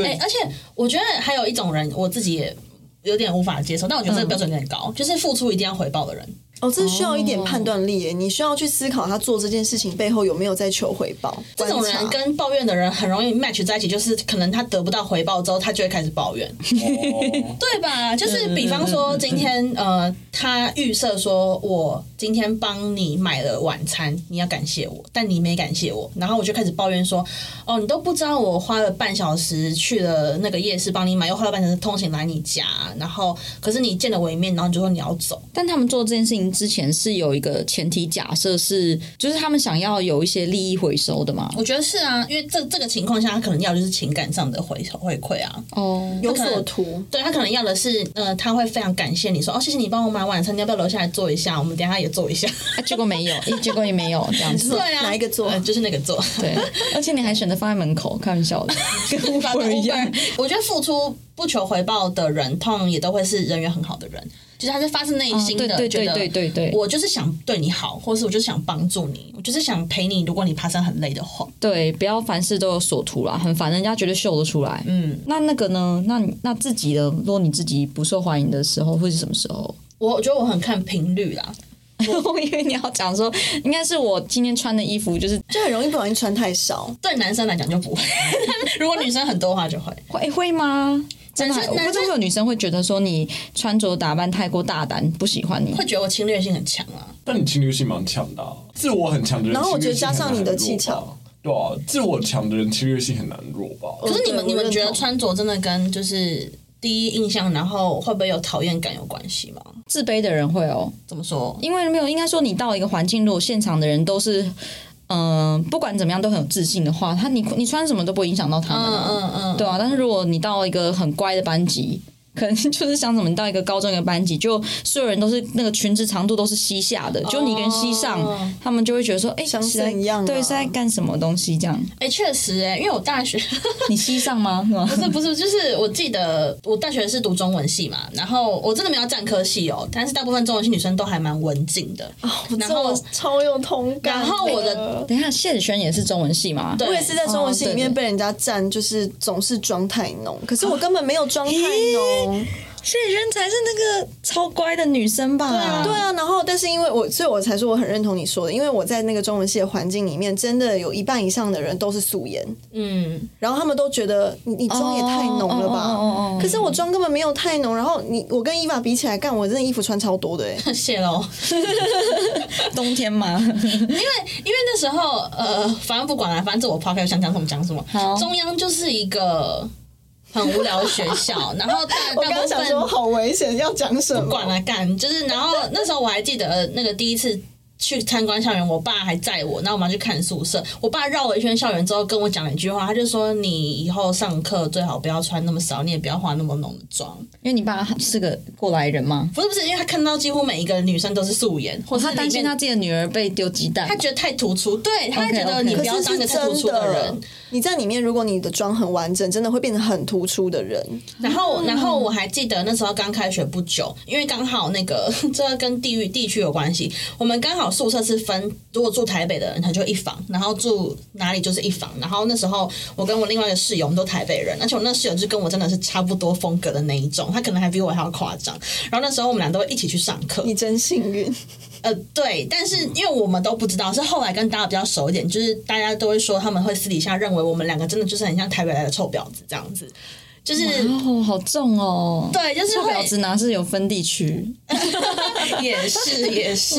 哎、而且我觉得还有一种人，我自己也有点无法接受，但我觉得这
嗯
个标准有点高，就是付出一定要回报的人。
哦，这需要一点判断力耶，你需要去思考他做这件事情背后有没有在求回报。
这种人
观察
跟抱怨的人很容易 match 在一起，就是可能他得不到回报之后，他就会开始抱怨，
哦、
对吧？就是比方说今天呃，他预设说我今天帮你买了晚餐，你要感谢我，但你没感谢我，然后我就开始抱怨说，哦，你都不知道我花了半小时去了那个夜市帮你买，又花了半小时通勤来你家，然后可是你见了我一面，然后你就说你要走，
但他们做这件事情之前是有一个前提假设是，就是他们想要有一些利益回收的嘛。
我觉得是啊，因为这这个情况下，他可能要的就是情感上的回回馈啊，
哦，
有所图，
对他可能要的是，呃，他会非常感谢你说，哦，谢谢你帮我买晚餐，你要不要留下来坐一下？我们等一下也坐一下。
啊，结果没有，诶结果也没有这样 子。
对啊哪一个坐
嗯
呃就是那个 坐。
对，而且你还选择放在门口，开玩笑的， 啊跟 Uber 一样。
啊我觉得付出不求回报的人，通常也都会是人缘很好的人，就是他是发自内心的、
啊对对
觉得
对对对对
我就是想对你好，或是我就是想帮助你，我就是想陪你。如果你爬山很累的话，
对，不要凡事都有所图啦，很烦，人家觉得秀得出来。
嗯，
那那个呢？那你那自己的，如果你自己不受欢迎的时候，会是什么时候？
我觉得我很看频率啦，
我以为你要讲说，应该是我今天穿的衣服，就是
就很容易不小心穿太少。
对男生来讲就不会， 如果女生很多的话就会。
会哎会吗？真的，啊
男生男生
我会不会有女生会觉得说你穿着打扮太过大胆，不喜欢你？
会觉得我侵略性很强啊，
但你侵略性蛮强的、啊，自我很强的人。
然后我觉得
侵略性很
加上你的
难弱
技巧
吧，对啊，自我强的人侵略性很难弱吧？
可是你们
哦对
你
我认
们觉得
同
穿着真的跟就是第一印象，然后会不会有讨厌感有关系吗？
自卑的人会哦，
怎么说？
因为没有，应该说你到一个环境，如果现场的人都是，嗯、不管怎么样都很有自信的话，他你你穿什么都不会影响到他们、啊。
嗯嗯，
对啊，但是如果你到一个很乖的班级， 可能就是像什么，你到一个高中一个班级，就所有人都是那个裙子长度都是膝下的，就你一个人膝上，
哦
他们就会觉得说，哎、
像
是在
神一样啊
对，是在干什么东西这 样？
哎、确实哎、因为我大学
你膝上 吗？是吗？
不是不是，就是我记得我大学是读中文系嘛，然后我真的没有占科系哦，但是大部分中文系女生都还蛮文静的，
我
然
这我
后
超有同感。
然后我的，
等一下，谢子轩也是中文系嘛？
对
我也是在中文系里
哦对
面
对
被人家赞，就是总是妆太浓，可是我根本没有妆太浓中。
所以人才是那个超乖的女生吧？对
对啊，然后但是因为我，所以我才说我很认同你说的，因为我在那个中文系的环境里面，真的有一半以上的人都是素颜，
嗯，
然后他们都觉得你你妆也太浓了吧？
哦哦哦哦哦
可是我妆根本没有太浓，然后你我跟伊娃比起来，干我真的衣服穿超多的 哎、
谢喽。
冬 天嘛，
因为那时候呃，反正不管了，反正这我抛开，想讲什么讲什么
好。
中央就是一个很无聊的学校，然后大
我
大
刚刚
部
想
分
说好危险，要讲什
不管
么？
啊
了干，就是然后那时候我还记得呃那个第一次。去参观校园，我爸还载我，然后我们要去看宿舍。我爸绕了一圈校园之后，跟我讲了一句话，他就说：“你以后上课最好不要穿那么少，你也不要化那么浓的妆。
因为你爸是个过来人嘛”，
不是不是，因为他看到几乎每一个女生都是素颜，或是
哦他担
里
心
面
他自己的女儿被丢鸡蛋
他。觉得太突出，对他觉得
OK，OK
你
可
不要
是
当一
是
个太突
真
出的
的
人。，
你在里面，如果你的妆很完整，真的会变得很突出的人。
嗯
然后，然后我还记得那时候刚开学不久，因为刚好那个 这跟地域地区有关系，我们刚好宿舍是分，如果住台北的人他就一房，然后住哪里就是一房。然后那时候我跟我另外一个室友，我们都台北人，而且我那室友就跟我真的是差不多风格的那一种，他可能还比我还要夸张。然后那时候我们俩都会一起去上课，
嗯
你真幸运，
呃，对，但是因为我们都不知道，是后来跟大家比较熟一点，就是大家都会说他们会私底下认为我们两个真的就是很像台北来的臭婊子这样子，就是。
哦，好重哦！
对就是
臭
会
婊子哪是有分地区？
也是
嗯
也是，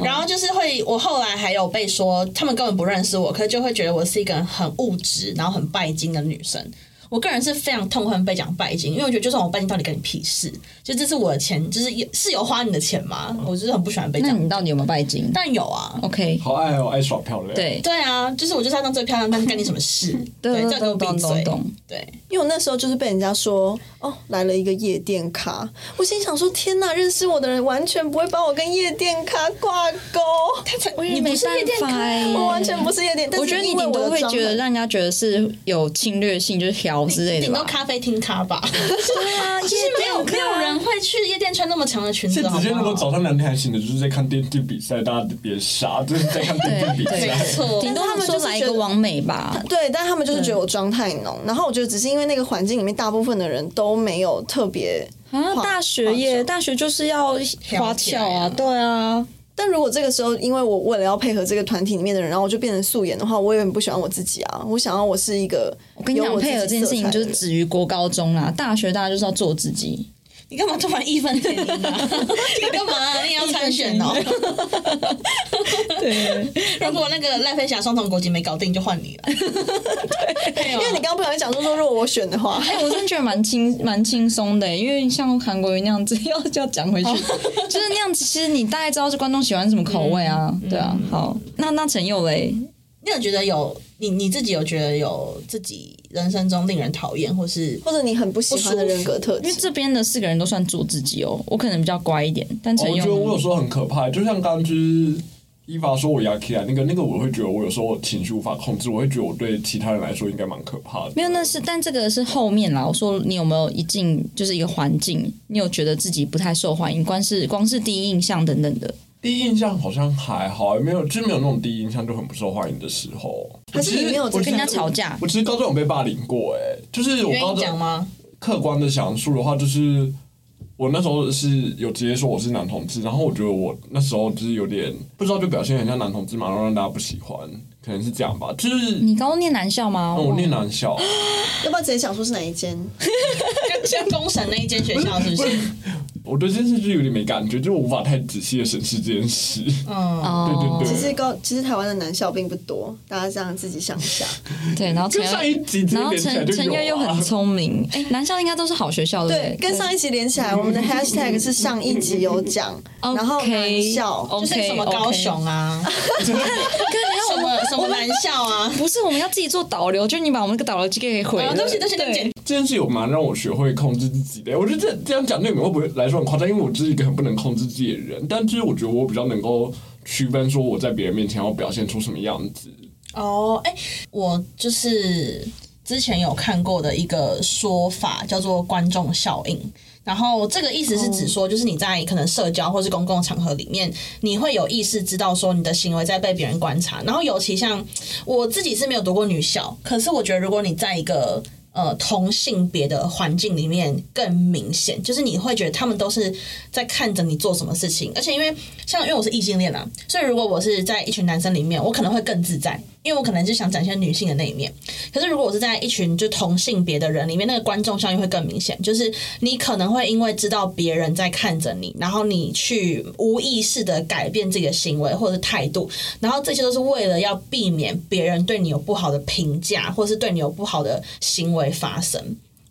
然后就是会，我后来还有被说，他们根本不认识我，可是就会觉得我是一个很物质，然后很拜金的女生。我个人是非常痛恨被讲拜金，因为我觉得就算我拜金，到底跟你屁事？就这是我的钱，就是有是有花你的钱吗？我就是很不喜欢被
哦那
讲，
你到底有没有拜金
但有啊。
？OK，
好爱哦，爱耍漂亮。，
对
对啊，就是我就是要当最漂亮，但是干你什么事？对，
对
叫给我
懂
闭
懂
嘴
懂。懂。
对，
因为我那时候就是被人家说哦，来了一个夜店咖，我心想说天哪，认识我的人完全不会把我跟夜店咖挂钩，
你不是夜店
我完全不是夜店。但
我
是
觉得你
因为
顶
我
多
的
会
妆
觉得
很
让人家觉得是有侵略性，就是调之类的
顶多
吧。
咖啡厅咖 吧。对
啊
其实没有没有 人会去夜店穿那么长的裙
现
子，
在
好
直接
不
如果
好？
早上两点还醒的，就是在看电竞比赛，大家别傻，就是在看电竞比
对
赛
没。错，
顶多
但是他们
说
就是
来一
觉
个
得
完美吧。
对，但他们就是觉得我妆太浓，然后我觉得只是因为那个环境里面大部分的人都没有特别。
啊，大学
化
耶，
妆
大学就是要花俏啊，
调起
对啊，
但如果这个时候，因为我为了要配合这个团体里面的人，然后我就变成素颜的话，我也很不喜欢我自己啊。我想要我是一个
我跟你
有
讲，
我自己
配合这件事情就是
色彩的人
止于国高中啦，大学大家就是要做自己。
你干嘛突然义愤填膺啊？ 你干嘛、你也要参选哦？
对，
如果那个赖飞霞双重国籍没搞定，就换你了。对，因
因为你刚刚不小心讲说说，如果我选的话，
哎、我真的觉得蛮轻 蛮轻松的，欸因为像韩国瑜那样子， 要要讲回去，
哦
就是那样子。其实你大概知道这观众喜欢什么口味啊，
嗯
对啊。好，那那陈佑嘞，
你有觉得有你你自己有觉得有自己人生中令人讨厌或是
或者你很不喜欢的人格特
因为
质，
这边的四个人都算做自己哦，我可能比较乖一点，但
哦
陈
我
佑
觉得我有
呢
时候很可怕，就像刚刚就是伊娃说我牙 K 啊，那个那个我会觉得我有时候情绪无法控制，我会觉得我对其他人来说应该蛮可怕的。
没有，那是但这个是后面啦。我说你有没有一进就是一个环境，你有觉得自己不太受欢迎，光是光是第一印象等等的。
第一印象好像还好，没有就是没有那种第一印象就很不受欢迎的时候。
还是你没有
我
在
其实
跟人家吵架
我其实高中有被霸凌过、哎，就是我
愿
高
意讲
中
吗？
客观的想述的话，就是我那时候是有直接说我是男同志，然后我觉得我那时候就是有点不知道就表现很像男同志嘛，然后让大家不喜欢，可能是这样吧。就是
你高中念男校吗？
那哦我念男校。
要不要直接讲说是哪一间？
跟像工神那一间学校是不是？
我对这件事就有点没感觉，就是我无法太仔细的审视这件事。
嗯，
哦，
对
其实高，其实台湾的男校并不多，大家这样自己想一下。
对，然后陈
跟上一集直接
然后
连起来
陈
就
陈佑
有
又很
啊。
聪 明，哎、男校应该都是好学校，对不
对，跟上一集连起来，我们的 hashtag 是上一集有讲，
嗯 OK，
然后男校，
OK，
就是什么高雄啊，什 么什么南校啊？
不是，我们要自己做导流，就是你把我们那个导流机给毁
啊，
了。
对不起，对不起，对不起，
这件事有蛮让我学会控制自己的。我觉得这这样讲对你们会不会来说很夸张？因为我就是一个很不能控制自己的人，但就是我觉得我比较能够区分说我在别人面前要表现出什么样子。
哦，哎、我就是之前有看过的一个说法，叫做观众效应。然后这个意思是指说，就是你在可能社交或是公共场合里面，你会有意识知道说你的行为在被别人观察。然后尤其像我自己是没有读过女校，可是我觉得如果你在一个呃同性别的环境里面更明显，就是你会觉得他们都是在看着你做什么事情，而且因为像因为我是异性恋啊，所以如果我是在一群男生里面，我可能会更自在，因为我可能是想展现女性的那一面。可是如果我是在一群就同性别的人里面，那个观众效应会更明显，就是你可能会因为知道别人在看着你，然后你去无意识的改变自己的行为或者态度，然后这些都是为了要避免别人对你有不好的评价，或是对你有不好的行为发生。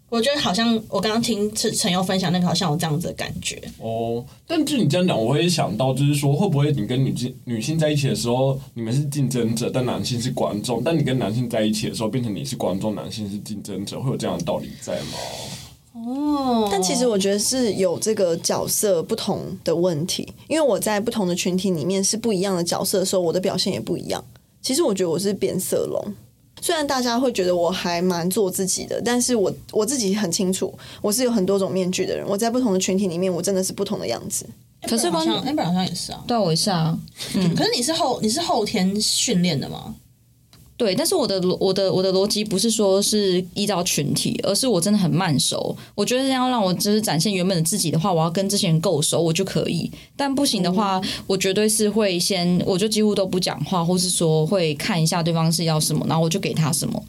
我觉得好像我刚刚听陈陈佑分享那个，好像有这样子的感觉。
哦，但就你这样讲，我会想到就是说，会不会你跟女性女性在一起的时候，你们是竞争者，但男性是观众；但你跟男性在一起的时候，变成你是观众，男性是竞争者，会有这样的道理在吗？
哦，
但其实我觉得是有这个角色不同的问题，因为我在不同的群体里面是不一样的角色的时候，我的表现也不一样。其实我觉得我是变色龙，虽然大家会觉得我还蛮做自己的，但是我我自己很清楚，我是有很多种面具的人。我在不同的群体里面，我真的是不同的样子。
可是
好
观
像 Amber 好像也是啊。
对我一下啊，
可是你是后你是后天训练的吗？
对，但是我的逻我的我的逻辑不是说是依照群体，而是我真的很慢熟。我觉得要让我就是展现原本的自己的话，我要跟这些人够熟，我就可以。但不行的话，我绝对是会先，我就几乎都不讲话，或是说会看一下对方是要什么，然后我就给他什么。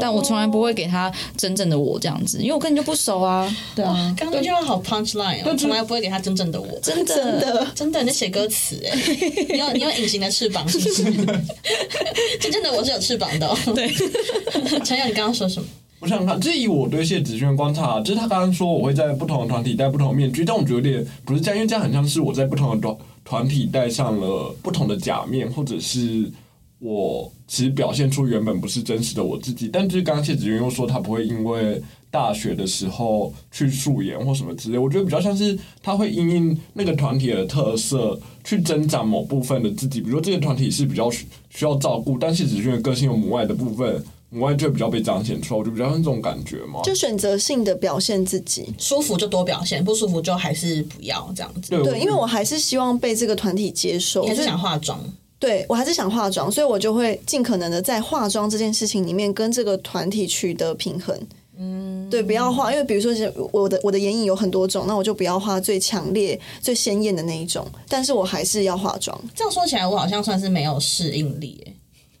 但我从来不会给他真正的我这样子，因为我根本就不熟啊。对啊，
刚刚那句话好 punch line 哦，从来不会给他真正的我，真
真的
真的你在写歌词哎， 你有你有隐形的翅膀是不是？ 真正的我是有翅膀的、哦。对， 陈友，你刚刚说什么？
我想想看，这以我对谢子轩观察，就是他刚刚说我会在不同的团体戴不同的面具，但我觉得有点不是这样，因为这样很像是我在不同的团团体戴上了不同的假面，或者是我其实表现出原本不是真实的我自己。但就是刚刚谢子轩又说他不会因为大学的时候去素颜或什么之类，我觉得比较像是他会因应那个团体的特色去增长某部分的自己，比如说这个团体是比较需需要照顾，但谢子轩的个性有母爱的部分。母爱就会比较被彰显出来，我就比较像这种感觉嘛。
就选择性的表现自己，
舒服就多表现，不舒服就还是不要这样子。
对，因为我还是希望被这个团体接受，
你还是
所以
想化妆，
对我还是想化妆，所以我就会尽可能的在化妆这件事情里面跟这个团体取得平衡。嗯，对，不要画，因为比如说是我的我的眼影有很多种，那我就不要画最强烈、最鲜艳的那一种，但是我还是要化妆。
这样说起来，我好像算是没有适应力哎，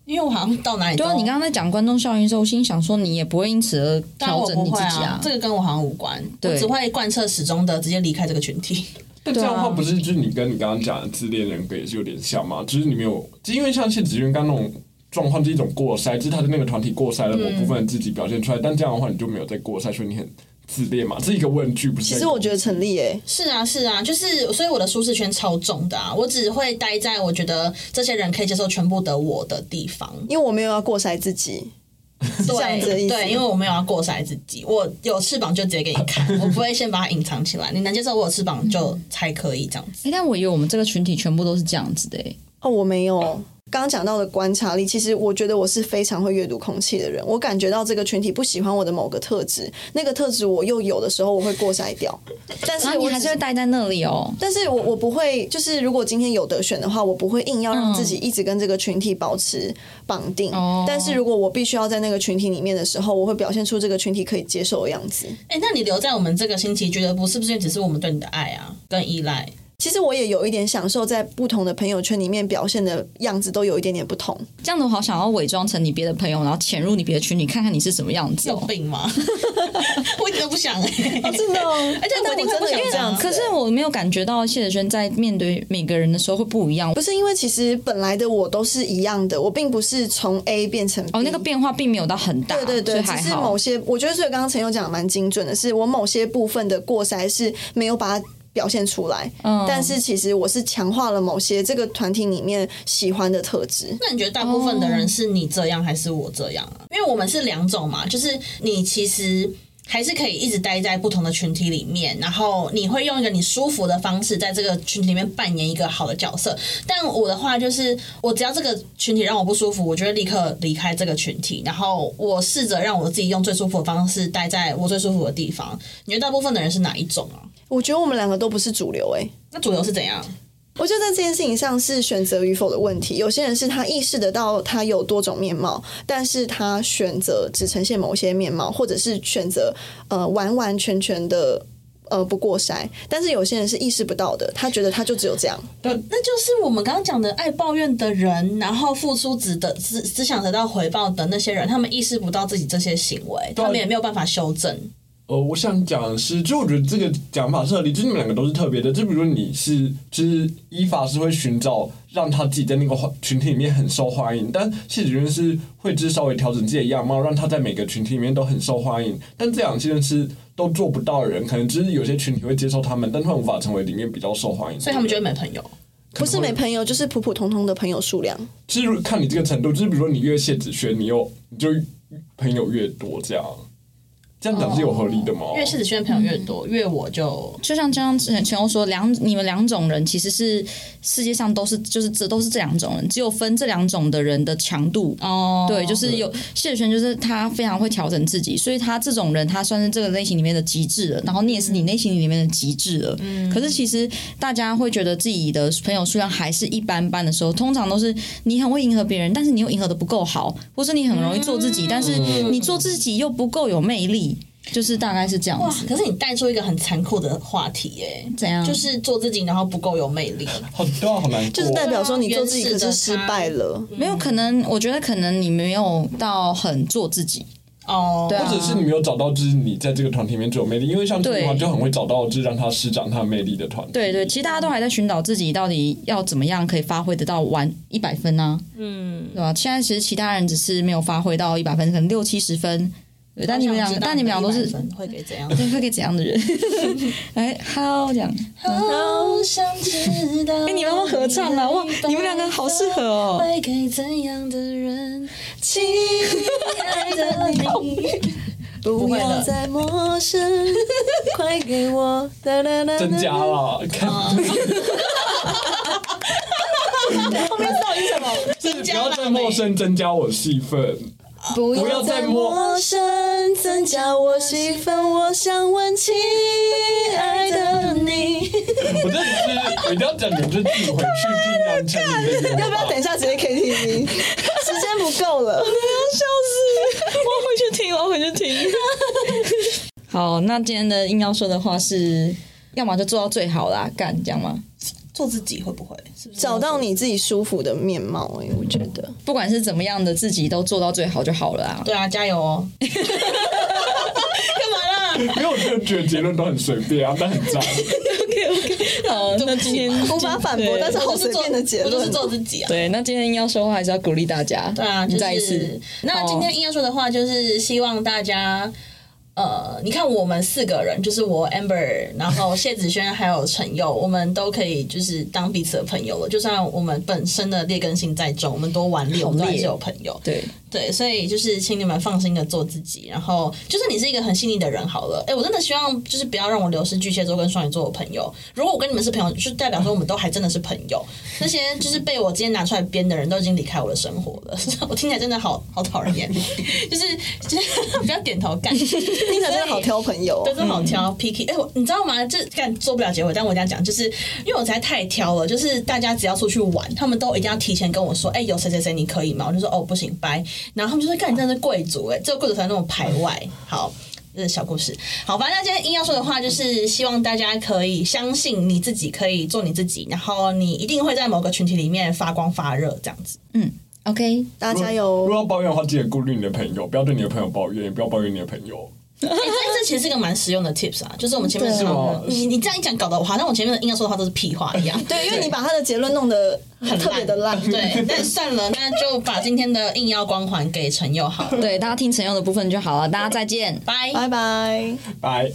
因为我好像到哪里都
对啊，你刚刚在讲观众效应的时候，我心想说你也不会因此而
但
调
我
整
不
你自
会
己
啊，这个跟我好像无关，我
对
只会贯彻始终的直接离开这个群体。
但这样
啊
的话，不是就是你跟你刚刚讲的自恋人格也是有点像嘛？只是你没有，就因为像谢子轩刚那种状况，是一种过筛，就是他的那个团体过筛了某部分
嗯
自己表现出来，但这样的话你就没有在过筛，所以你很自恋嘛，这是一个问句，不是？
其实我觉得成立诶、
是啊，是啊，就是所以我的舒适圈超重的啊，我只会待在我觉得这些人可以接受全部的我的地方，
因为我没有要过筛自己，这样子的
对
意思
对，因为我没有要过筛自己，我有翅膀就直接给你看，我不会先把它隐藏起来，你能接受我有翅膀就才可以这样子。
哎、但我以为我们这个群体全部都是这样子的、欸，
哦，我没有。刚刚讲到的观察力，其实我觉得我是非常会阅读空气的人。我感觉到这个群体不喜欢我的某个特质，那个特质我又有的时候，我会过筛掉。 但是
然后
我
啊你还
只
是会待在那里哦。
但是我我不会，就是如果今天有得选的话，我不会硬要让自己一直跟这个群体保持绑定。
嗯哦
但是如果我必须要在那个群体里面的时候，我会表现出这个群体可以接受的样子。
哎、那你留在我们这个星期俱乐部，是不是只是我们对你的爱啊跟依赖？
其实我也有一点享受在不同的朋友圈里面表现的样子，都有一点点不同。
这样子我好想要伪装成你别的朋友，然后潜入你别的群里，看看你是什么样子、
有
哦。
病吗？ 我一点都不想哎、
真 的、哦，
而且我一
但
定会
我真
不
的
想
有
这
这
样
样
子
子。
可是哎我没有感觉到谢子轩在面对每个人的时候会不一样。
不是因为其实本来的我都是一样的，我并不是从 A 变成 B
哦，那个变化并没有到很大，
对对对，
所以
只
还
是
好
某。些，我觉得所以刚刚陈友讲的蛮精准的是，我某些部分的过筛是没有把它表现出来，
嗯
但是其实我是强化了某些这个团体里面喜欢的特质。
那你觉得大部分的人是你这样还是我这样啊？因为我们是两种嘛，就是你其实还是可以一直待在不同的群体里面，然后你会用一个你舒服的方式在这个群体里面扮演一个好的角色。但我的话就是，我只要这个群体让我不舒服，我就会立刻离开这个群体，然后我试着让我自己用最舒服的方式待在我最舒服的地方。你觉得大部分的人是哪一种啊？
我觉得我们两个都不是主流、欸，
那主流是怎样？
我觉得在这件事情上是选择与否的问题。有些人是他意识得到他有多种面貌，但是他选择只呈现某些面貌，或者是选择呃完完全全的呃不过筛。但是有些人是意识不到的，他觉得他就只有这样。
嗯
那就是我们刚刚讲的爱抱怨的人，然后付出只得只只想得到回报的那些人，他们意识不到自己这些行为，
啊
他们也没有办法修正。
呃，我想讲的是，就我觉得这个讲法是合理，就是你们两个都是特别的。就比如你是，就是依法是会寻找让他自己在那个环群体里面很受欢迎，但谢子轩是会就是稍微调整自己的样貌，让他在每个群体里面都很受欢迎。但这两件事都做不到的人，可能只是有些群体会接受他们，但他们无法成为里面比较受欢迎的人。
所以他们觉得没朋友。
哦
不是没朋友，就是普普通通的朋友数量。
就是看你这个程度，就是比如说你越谢子轩，你又你就朋友越多这样，这样讲是有合理的吗？
越狮子圈的朋友越多，越我就
就像就像之前前欧说，两你们两种人其实是世界上都是就是这都是这两种人，只有分这两种的人的强度。
嗯
哦，
对，就是有谢宇轩，就是他非常会调整自己，所以他这种人，他算是这个类型里面的极致了。然后你也是你类型里面的极致了。可是其实大家会觉得自己的朋友数量还是一般般的时候，通常都是你很会迎合别人，但是你又迎合的不够好，或是你很容易做自己，但是你做自己又不够有魅力，就是大概是这样
哇！
子。
可是你带出一个很残酷的话题耶、
怎
嗯
样？
就是做自己，然后不够有魅力。
好，对啊，好难过。
就是代表说你做自己可
原始的
是失败了，
没有可能，我觉得可能你没有到很做自己。
哦，
对啊
或者是你没有找到，就是你在这个团体里面最有魅力，因为像这句话
对
就很会找到，就是让他施展他的魅力的团体。
对对，其实大家都还在寻找自己到底要怎么样可以发挥得到完一百分啊，嗯，对吧？现在其实其他人只是没有发挥到一百分，可能六七十分。对，但你们
好想
俩，
知道
但你们俩都是
100分会给 怎样？
对会给怎样的人？哎，好这样，
好想知道。
哎，你们要不要合唱啊！哇，你们两个好适合 哦。
会给怎样的人？亲爱的你，
不
会
要
了
再陌生，快给我哒哒哒哒
增加了，看，
后面到底是什么？
就是不要再陌生，增加我戏份。
不
要再陌
生，增加我戏份。我想问亲爱的你，
我真的是，我一定要讲，你们就自己回去听杨丞琳的原
要不要
话
等一下直接 KTV？时间不够了。
笑死！ 我回去听，我回去听。 好，那今天的硬要说的话是，要么就做到最好啦，干这样吗？
做自己会不会？是不是
找到你自己舒服的面貌、哎，我觉得
不管是怎么样的，自己都做到最好就好了啊。
对啊，加油哦！干嘛啦？
因为我真的觉得结论都很随便啊，但很赞。
OK OK，好，啊那今天
无法反驳，
对
但是好
我就是
随
做
便的结
我就是
论。
做自己啊。
对，那今天硬要说话还是要鼓励大家。
对啊，就
你再一
是
次。
那今天硬要说的话，就是希望大家，呃，你看我们四个人，就是我 Amber，然 后谢子轩还有陈佑，我们都可以就是当彼此的朋友了。就算我们本身的劣根性再重，我们多顽劣，我们都还是有朋友。
对，
对，所以就是请你们放心的做自己，然后就算你是一个很细腻的人好了。哎，我真的希望就是不要让我流失巨蟹座跟双鱼座的朋友。如果我跟你们是朋友，就代表说我们都还真的是朋友。那些就是被我今天拿出来编的人都已经离开我的生活了， 我听起来真的好好讨人厌。 就是就是 不要点头 干，听起
听起来真的好挑朋友哦、
真的好挑 picky，哎、我你知道吗？这干做不了结尾，但我这样讲，就是因为我实在太挑了，就是大家只要出去玩，他们都一定要提前跟我说，哎、有谁谁谁你可以吗？我就说哦不行，拜。然后他们就说，干你真的是贵族哎、这个贵族才那种排外。好，这是小故事。好，反正今天硬要说的话，就是希望大家可以相信你自己，可以做你自己，然后你一定会在某个群体里面发光发热，这样子。
嗯，OK，
大家
如果
有
要抱怨的话，记得顾虑你的朋友，不要对你的朋友抱怨，也不要抱怨你的朋友。
哎、这这其实是一个蛮实用的 tips 啊，就是我们前面
对
说
啊
的，你你这样一讲，搞得我好像我前面的硬要说的话都是屁话一样。
对，因为你把他的结论弄得特别的烂。
对， 那算了，那就把今天的应邀光环给陈佑好了，
对，大家听陈用的部分就好了，大家再见。
拜。
拜拜。
拜。